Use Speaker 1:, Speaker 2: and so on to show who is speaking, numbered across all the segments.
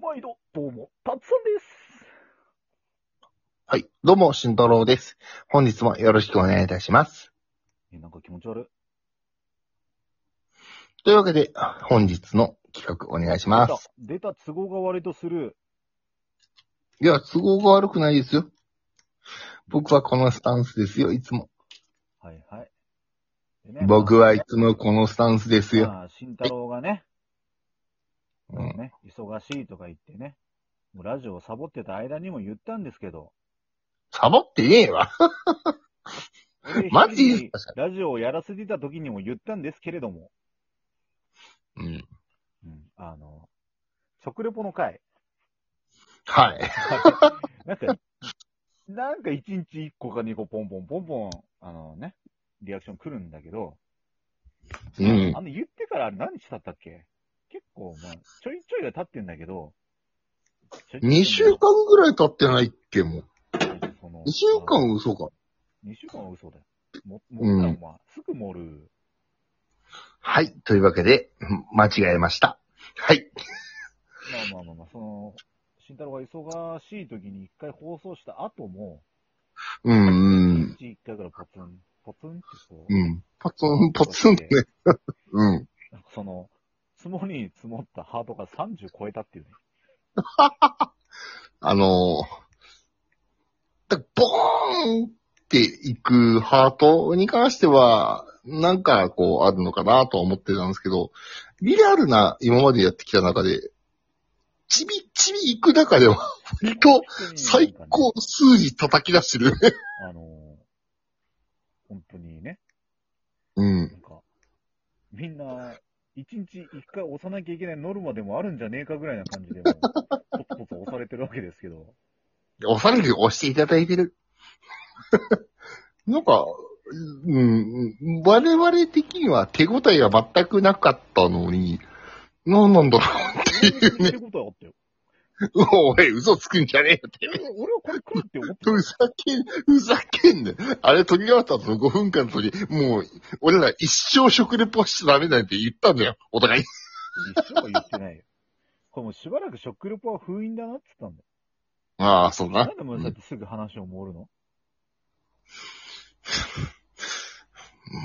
Speaker 1: 毎度、どうも、たつさんです。
Speaker 2: はい。どうも、慎太郎です。本日もよろしくお願いいたします。
Speaker 1: え、なんか気持ち悪い。
Speaker 2: というわけで、本日の企画お願いします。
Speaker 1: 出た、出た都合が悪いとする。
Speaker 2: いや、都合が悪くないですよ。僕はこのスタンスですよ、いつも。
Speaker 1: はいはい。でね
Speaker 2: 僕はいつもこのスタンスですよ。
Speaker 1: まあ、慎太郎がね、
Speaker 2: うん、
Speaker 1: ね、忙しいとか言ってね、もうラジオをサボってた間にも言ったんですけ ど、
Speaker 2: サボってねえわ。
Speaker 1: 俺
Speaker 2: マジです
Speaker 1: 一
Speaker 2: か
Speaker 1: 人ラジオをやらせていた時にも言ったんですけれども、
Speaker 2: うん、
Speaker 1: うん、あの、食レポの回、
Speaker 2: はい。
Speaker 1: なん か、なんか1日1個か2個ポンポンポンポン、あのね、リアクション来るんだけど、
Speaker 2: うん
Speaker 1: あ。の、言ってからあれ何日経ったっけ結構、まあ、ちょいちょいは経ってんだけど、ちょいちょい
Speaker 2: 2週間ぐらい経ってないっけ、もう。
Speaker 1: その
Speaker 2: 2週間嘘か。
Speaker 1: 二週間は嘘だよ。も、もった
Speaker 2: うん
Speaker 1: お前、すぐ盛る。
Speaker 2: はい。というわけで、間違えました。はい。
Speaker 1: まあまあまあまあ、その、慎太郎が忙しい時に一回放送した後も、
Speaker 2: うん、うん
Speaker 1: 一、日一回からポツン、ポツンってこう、
Speaker 2: うん。ポツン、ポツンね。 うん。
Speaker 1: なんかその、積もりに積もったハートが30超えたっていうね。
Speaker 2: あのー、だボーンっていくハートに関しては、なんかこうあるのかなとは思ってたんですけど、リアルな今までやってきた中で、ちびちび行く中では、割と最高数字叩き出してる。
Speaker 1: あのー、本当にね、
Speaker 2: うん。
Speaker 1: なんか、みんな、一日一回押さなきゃいけないノルマでもあるんじゃねえかぐらいな感じでも、ポツポツ押されてるわけですけど、
Speaker 2: 押されるよ、押していただいてる。 なんか、うん、我々的には手応えが全くなかったのに、何なんだろうっていうね
Speaker 1: 俺。ってことはあったよ。
Speaker 2: おい、嘘つくんじゃねえよって。
Speaker 1: 俺俺はこれ来るって思ってた
Speaker 2: ふざけん、ふざけんね。あれ取り終わった後の5分間の時、もう、俺ら一生食レポしちゃダメだって言ったんだよ。お互い。
Speaker 1: 一生は言ってないよ。これもうしばらく食レポは封印だなって言ったんだよ。
Speaker 2: ああ、そう
Speaker 1: な
Speaker 2: な。
Speaker 1: んでもうそうやってすぐ話を盛るの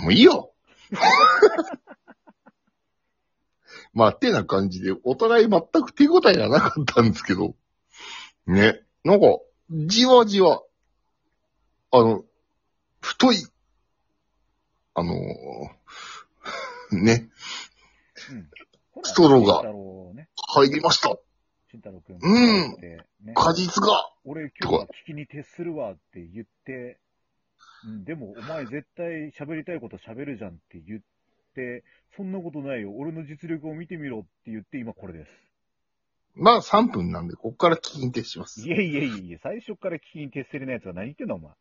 Speaker 2: もういいよ。 まあ、てな感じで、お互い全く手応えがなかったんですけど。ね。なんか、じわじわ、あの、太い、あのー ね、
Speaker 1: ほら
Speaker 2: ストロー
Speaker 1: 慎
Speaker 2: が
Speaker 1: 太郎ね。
Speaker 2: 入りました。
Speaker 1: 慎太郎くん。
Speaker 2: うん
Speaker 1: ってね
Speaker 2: 果実が。
Speaker 1: 俺今日は聞きに徹するわって言って、うんでもお前絶対喋りたいこと喋るじゃんって言って、そんなことないよ、俺の実力を見てみろって言って今これです。
Speaker 2: まあ3分なんで、こっから聞いてします。
Speaker 1: いえいえいえいえ、最初から聞きに徹せれないやつは何言ってんだお前。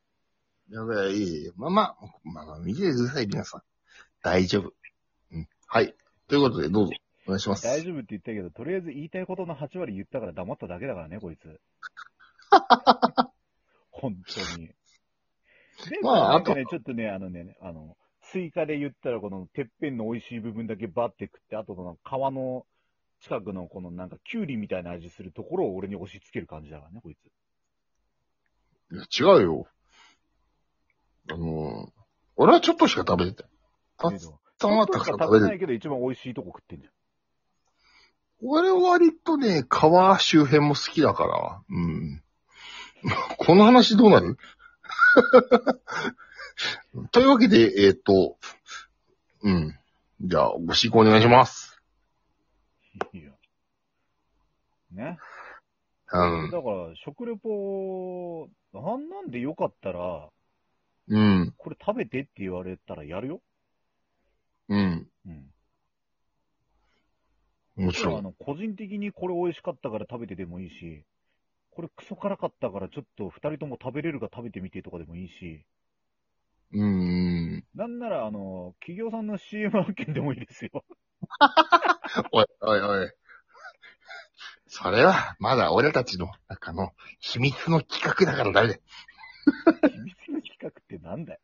Speaker 2: やばい、いえいえまあまあ、まあまあ、見ててください、皆さん。大丈夫。うん。はい。ということで、どうぞ、お願いします。
Speaker 1: 大丈夫って言ったけど、とりあえず言いたいことの8割言ったから黙っただけだからね、こいつ。本当に。で、
Speaker 2: まあ
Speaker 1: なんかね、ちょっとね、あのね、あの、スイカで言ったら、この、てっぺんの美味しい部分だけバッて食って、あとこの皮の近くの、このなんか、キュウリみたいな味するところを俺に押し付ける感じだからね、こいつ。
Speaker 2: いや違うよ。あのー俺はちょっとしか食べてた。た
Speaker 1: ね
Speaker 2: っ
Speaker 1: でも
Speaker 2: さんはたくさん
Speaker 1: 食
Speaker 2: 食
Speaker 1: べて
Speaker 2: べて
Speaker 1: な
Speaker 2: た。
Speaker 1: いけど、一番美味しいとこ食ってんじゃん。
Speaker 2: 俺は割とね、川周辺も好きだから、うん。 この話どうなる というわけで、えっ、と、うん。じゃあ、ご進行お願いします。
Speaker 1: いや。ね。
Speaker 2: うん。
Speaker 1: だから、食レポ、あんなんでよかったら、
Speaker 2: うん。
Speaker 1: これ食べてって言われたらやるよ。
Speaker 2: うん。
Speaker 1: うん。
Speaker 2: もちろ
Speaker 1: あ
Speaker 2: ん。
Speaker 1: の、個人的にこれ美味しかったから食べてでもいいし、これクソ辛かったからちょっと二人とも食べれるか食べてみてとかでもいいし、
Speaker 2: うん。
Speaker 1: なんなら、あの、企業さんの CM 案件でもいいです よ。
Speaker 2: おい、おい、おい。それは、まだ俺たちの中の秘密の企画だからダメだよ。
Speaker 1: 秘密の企画ってなんだよ。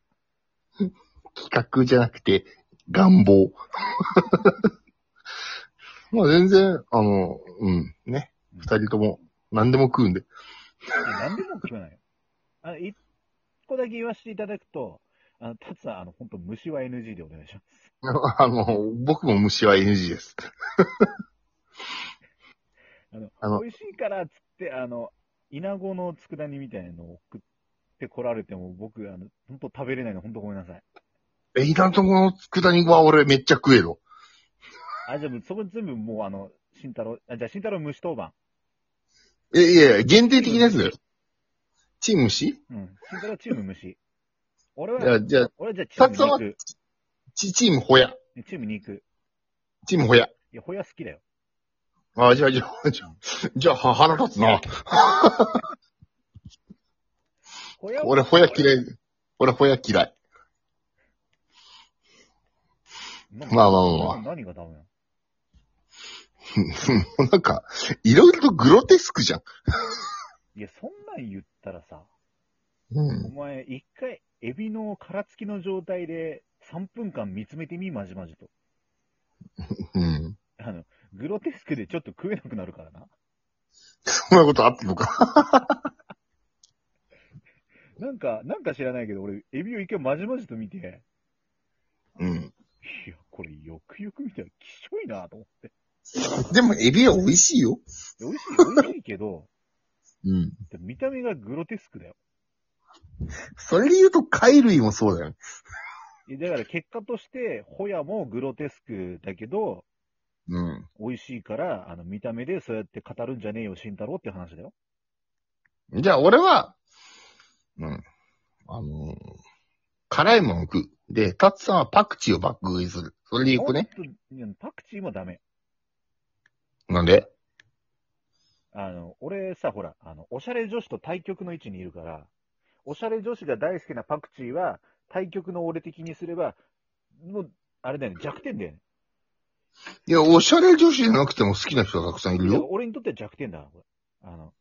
Speaker 2: 企画じゃなくて、願望。 まあ全然、あの、うん、ね。
Speaker 1: うん
Speaker 2: 二人とも。何でも食うんで。
Speaker 1: 何でも食わないよ。あの、一個だけ言わせていただくと、あの、たつさん、あの、本当虫は NG でお願いします。
Speaker 2: あの、僕も虫は NG です。
Speaker 1: あの、
Speaker 2: あの
Speaker 1: 美味しいからっつって、あの、稲子の佃煮みたいなのを送ってこられても、僕、あの、本当食べれないの、本当ごめんなさい。
Speaker 2: え、いらんとこの佃煮は俺めっちゃ食えろ。
Speaker 1: あ、じゃあ、そこ全部もう、あの、慎太郎、あ、じゃあ、慎太郎虫当番。
Speaker 2: え、いやいや、限定的なやつだよ。チーム虫
Speaker 1: うん。慎太郎チーム虫。俺
Speaker 2: いや
Speaker 1: は、
Speaker 2: じゃあ、
Speaker 1: 俺はじゃあチーム
Speaker 2: 達郎
Speaker 1: 肉。
Speaker 2: チ、チームホヤ。
Speaker 1: チーム肉。
Speaker 2: チームホヤ。
Speaker 1: いや、ホヤ好きだよ。
Speaker 2: あ、じゃあ、じゃあ、じゃあ、じゃあ、は腹立つな。
Speaker 1: ホヤ
Speaker 2: 俺、ホヤ嫌い。俺、ホヤ嫌い。
Speaker 1: ま
Speaker 2: まあまあまあま あ。
Speaker 1: 何がダメなの
Speaker 2: なんか、いろいろとグロテスクじゃん。
Speaker 1: いや、そんなん言ったらさ、
Speaker 2: うん
Speaker 1: お。前、一回、エビの殻付きの状態で、3分間見つめてみ、まじまじと。
Speaker 2: うん。
Speaker 1: あの、グロテスクでちょっと食えなくなるからな。
Speaker 2: そんなことあったのか。
Speaker 1: なんか、なんか知らないけど、俺、エビを一回まじまじと見て、い
Speaker 2: うん。
Speaker 1: や、これ、よくよく見たら、きしょいなと思って。
Speaker 2: でも、エビは美味しいよ。
Speaker 1: 美味しい、美味しいけど、
Speaker 2: うん。
Speaker 1: で見た目がグロテスクだよ。
Speaker 2: それで言うと、貝類もそうだよね。
Speaker 1: いやだから、結果として、ホヤもグロテスクだけど、
Speaker 2: うん。
Speaker 1: 美味しいから、あの、見た目でそうやって語るんじゃねえよ、慎太郎って話だよ。
Speaker 2: じゃあ、俺は、うん。あのー辛いもん食う。で、タツさんはパクチーを爆食いする。それで行くね。
Speaker 1: ほんといやパクチーもダメ。
Speaker 2: なんで
Speaker 1: あの、俺さ、ほら、あの、おしゃれ女子と対極の位置にいるから、おしゃれ女子が大好きなパクチーは、対極の俺的にすれば、もう、あれだよね、弱点だよね。
Speaker 2: いや、おしゃれ女子じゃなくても好きな人がたくさんいる
Speaker 1: だから
Speaker 2: よ。
Speaker 1: 俺にとっては弱点だな、これ。あの、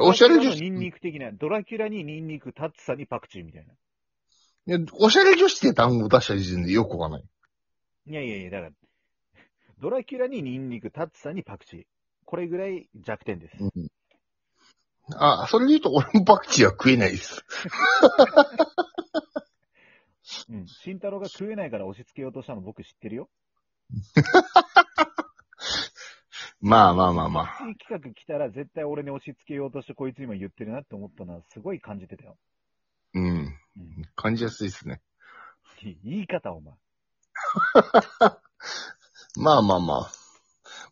Speaker 2: おしゃれ女
Speaker 1: ドラキュラのニン
Speaker 2: 子。
Speaker 1: ニク的な、ドラキュラにニンニク、タッツさにパクチーみたいな。
Speaker 2: いやおしゃれ女子って単語を出した時点でよくわかんない。
Speaker 1: いやいやいや、だから、 ドラキュラにニンニク、タッツさにパクチー。これぐらい弱点です。
Speaker 2: うん。あ、それで言うと俺もパクチーは食えないです。
Speaker 1: うん。慎太郎が食えないから押し付けようとしたの僕知ってるよ。
Speaker 2: まあまあまあまあ。
Speaker 1: いい企画来たら絶対俺に押し付けようとしてこいつ今言ってるなって思ったのはすごい感じてたよ。
Speaker 2: うん。
Speaker 1: うん、
Speaker 2: 感じやすいですね。
Speaker 1: 言い方お前。
Speaker 2: まあまあまあ。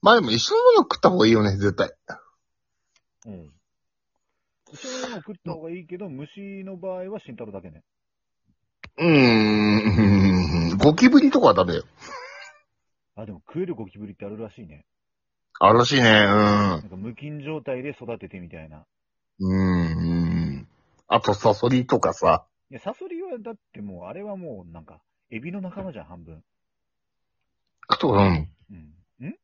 Speaker 2: まあでも一緒のもの食った方がいいよね、絶対。
Speaker 1: うん。一緒にも食った方がいいけど、虫の場合は慎太郎だけね。
Speaker 2: うーん。ゴキブリとかはダメよ。
Speaker 1: あ、でも食えるゴキブリってあるらしいね。
Speaker 2: あるらしいね。うん
Speaker 1: なんか無菌状態で育ててみたいな。。
Speaker 2: うんうん。あとサソリとかさ。
Speaker 1: いや、サソリはだってもう、あれはもうなんか、エビの仲間じゃん、半分。
Speaker 2: 食ったことあるの
Speaker 1: うん。んい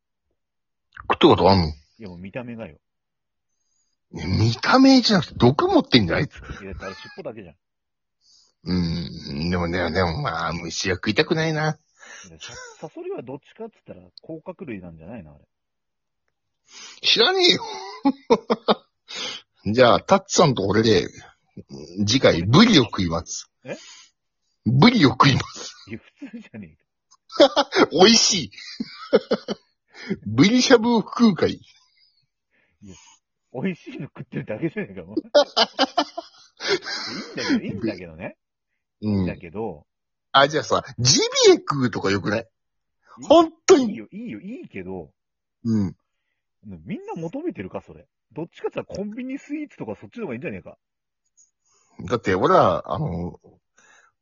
Speaker 2: 食ったことあるの
Speaker 1: や、もう見た目がよ。
Speaker 2: ね見た目じゃなくて毒持ってんじゃない
Speaker 1: いや、だってあれ尻尾だけじゃん。
Speaker 2: うん。でもね、でもまあ、虫は食いたくないな。
Speaker 1: いやササソリはどっちかっつったら、甲殻類なんじゃないのあれ。
Speaker 2: 知らねえよ。 じゃあ、タッツさんと俺で、次回、ブリを食います。
Speaker 1: え
Speaker 2: ブリを食います。
Speaker 1: いや、普通じゃねえか。
Speaker 2: 美味しい。ブリしゃぶを食うかい。
Speaker 1: 美味しいの食ってるだけじゃねえか、もういいんだけど、いいんだけどね。
Speaker 2: う
Speaker 1: だ
Speaker 2: ん。
Speaker 1: けど、
Speaker 2: あ、じゃあさ、ジビエ食うとかよくない本当
Speaker 1: いい
Speaker 2: に。
Speaker 1: よ、いいよ、いいけど、
Speaker 2: うん。
Speaker 1: みんな求めてるか、それ。どっちかって言ったらコンビニスイーツとかそっちの方がいいんじゃねえか。
Speaker 2: だって、俺ら、あの、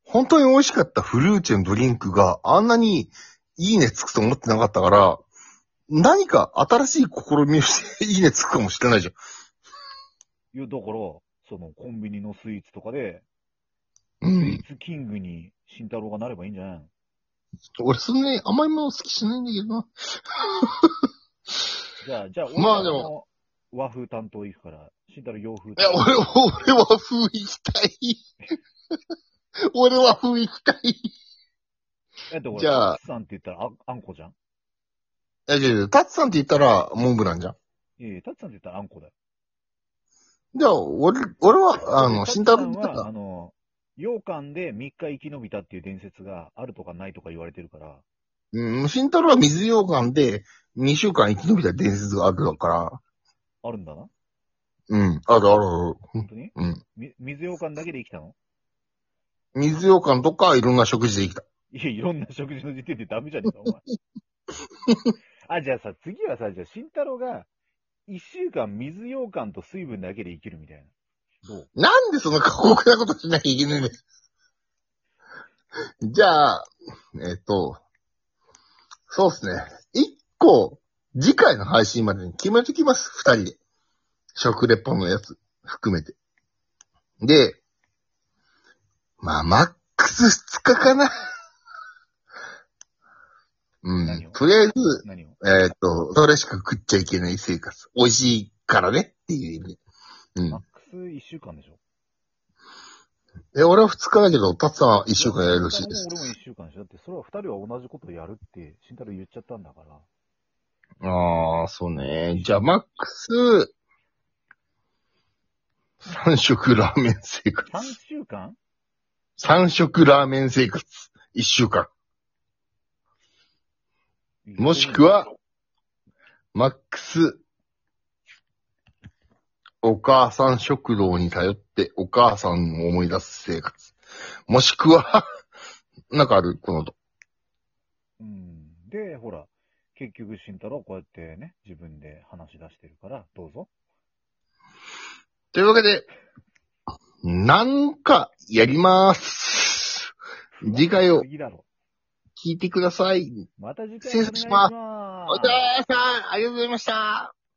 Speaker 2: 本当に美味しかったフルーチェのドリンクがあんなにいいねつくと思ってなかったから、何か新しい試みをしていいねつくかもしれないじ
Speaker 1: いや、だから、そのコンビニのスイーツとかで、
Speaker 2: ゃん。う
Speaker 1: ス
Speaker 2: ん
Speaker 1: イ。ーツキングに慎太郎がなればいいんじゃないの
Speaker 2: 俺、そんなに甘いもの好きじゃないんだけどな。
Speaker 1: じゃあ、じゃあ、
Speaker 2: まあ
Speaker 1: 俺
Speaker 2: で
Speaker 1: も和風担当行くから、慎太郎洋風
Speaker 2: いや、俺、俺は風行きたい。 俺は風行きたい。い
Speaker 1: だって俺、
Speaker 2: じゃあ
Speaker 1: さんって言ったらああんこじゃん
Speaker 2: や、いやいや、タツさんって言ったら、モンブランじゃん。
Speaker 1: ええタッチさんって言ったらあんこだよ。
Speaker 2: じゃあ、俺、俺は、あの、
Speaker 1: タッチ
Speaker 2: 慎
Speaker 1: さん
Speaker 2: 太郎だった
Speaker 1: は、
Speaker 2: ら
Speaker 1: あ、の、羊羹で3日生き延びたっていう伝説があるとかないとか言われてるから、
Speaker 2: うん、慎太郎は水羊羹で2週間生き延びた伝説があるだか
Speaker 1: あるんだな
Speaker 2: ら、うん、あるあるあ
Speaker 1: 本当に
Speaker 2: る。うん。
Speaker 1: み水羊羹だけで生きたの
Speaker 2: 水羊羹とかいろんな食事で生きた。
Speaker 1: いや、いろんな食事の時点でダメじゃねえか、 お前。あ、じゃあさ、次はさ、じゃあ、慎太郎が、一週間水羊羹と水分だけで生きるみたいな。どう
Speaker 2: なんでそんな過酷なことしなきゃいけないんだよ。じゃあ、えっと、そうですね。一個、次回の配信までに決めてきます、二人で。食レポのやつ、含めて。で、まあ、マックス二日かな。う
Speaker 1: 何を
Speaker 2: ん。とりあえず、
Speaker 1: 何を
Speaker 2: えっと、それしか食っちゃいけない生活。美味しいからねっていう意味で。うん
Speaker 1: マッ。クス一週間でしょ
Speaker 2: え、俺は二日だけど、たつさんは一週間やるらしい
Speaker 1: 慎
Speaker 2: で
Speaker 1: 太
Speaker 2: す
Speaker 1: 郎。も俺も一週間でしょだって、それは二人は同じことやるって、慎太郎言っちゃったんだから。
Speaker 2: ああ、そうね。じゃあ、マックス、三食ラーメン生活。
Speaker 1: 三週間
Speaker 2: 三食ラーメン生活。一週間。もしくは、マックス、お母さん食堂に頼って、お母さんを思い出す生活。もしくは、なんかある、この後。
Speaker 1: うん。で、ほら、結局慎太郎はこうやってね、自分で話し出してるから、どうぞ。
Speaker 2: というわけで、なんかやります。次回を
Speaker 1: 次だろ。
Speaker 2: 聞いてください。
Speaker 1: また次回お願
Speaker 2: 失
Speaker 1: い
Speaker 2: 礼
Speaker 1: し
Speaker 2: します
Speaker 1: ま
Speaker 2: お疲
Speaker 1: す。
Speaker 2: れさん、ありがとうございました。